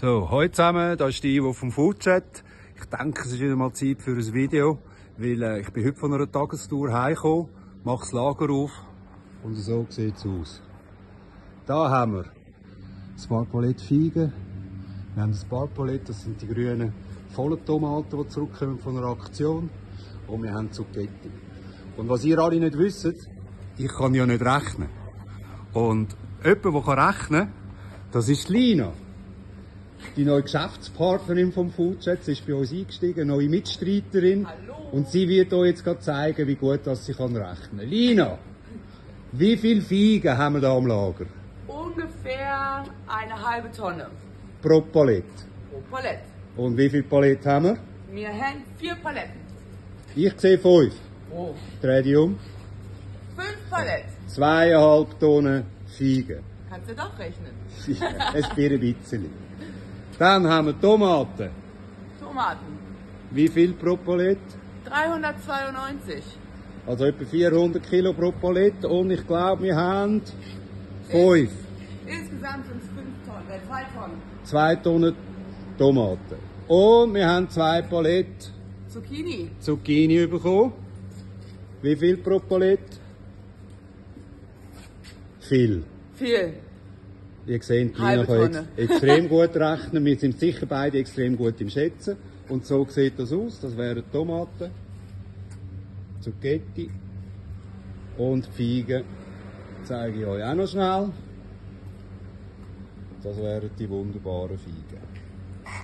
So, hallo zusammen, das ist die Ivo vom Foodchat. Ich denke, es ist wieder mal Zeit für ein Video, weil äh, ich bin heute von einer Tagestour heimgekommen, mache das Lager auf und so sieht es aus. Da haben wir das Marpolett Feigen, wir haben das Marpolett, das sind die grünen vollen Tomaten, die zurückkommen von einer Aktion und wir haben Zucchetti. Und was ihr alle nicht wisst, ich kann ja nicht rechnen. Und jemand, der rechnen kann, das ist Lina. Die neue Geschäftspartnerin vom Foodchat. Sie ist bei uns eingestiegen, neue Mitstreiterin. Hallo. Und sie wird euch jetzt gerade zeigen, wie gut das sie kann rechnen kann. Lina, wie viele Feigen haben wir da am Lager? Ungefähr eine halbe Tonne Oh. Pro Palette. pro Palette. Und wie viele Paletten haben wir? Wir haben vier Paletten. Ich sehe fünf. Oh. Dreh die um. Fünf Paletten. Zweieinhalb Tonnen Feigen. Kannst du doch rechnen. Es ein bisschen. Dann haben wir Tomaten. Tomaten. Wie viel pro Palette? 392. Also etwa 400 Kilo pro Palette und ich glaube, wir haben fünf, Insgesamt sind es fünf Tonnen, äh, zwei Tonnen. zwei Tonnen Tomaten. Und wir haben zwei Paletten Zucchini. Zucchini bekommen. Wie viel pro Palette? Viel. Viel. Ihr seht, Nina Halbe kann Tonne. jetzt extrem gut rechnen. Wir sind sicher beide extrem gut im Schätzen. Und so sieht das aus. Das wären Tomaten, Zucchetti und Feigen. Zeige ich euch auch noch schnell. Das wären die wunderbaren Feigen.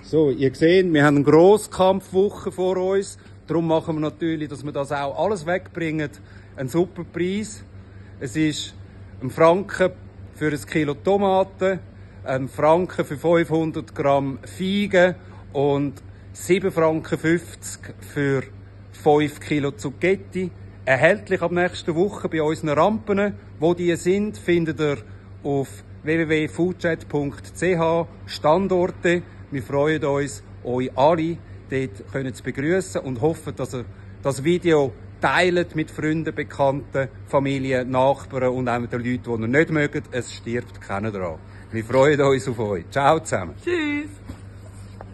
So, ihr seht, wir haben eine Grosskampfwoche vor uns. Darum machen wir natürlich, dass wir das auch alles wegbringen, einen super Preis. Es ist ein Franken für ein Kilo Tomaten, ein Franken für 500 Gramm Feigen und 7,50 Franken für 5 Kilo Zucchetti. Erhältlich ab nächster Woche bei unseren Rampen. Wo die sind, findet ihr auf www.foodchat.ch Standorte. Wir freuen uns, euch alle dort können zu begrüßen und hoffen, dass ihr das Video teilt mit Freunden, Bekannten, Familien, Nachbarn und auch mit den Leuten, die ihr nicht mögt. Es stirbt keiner dran. Wir freuen uns auf euch. Ciao zusammen. Tschüss.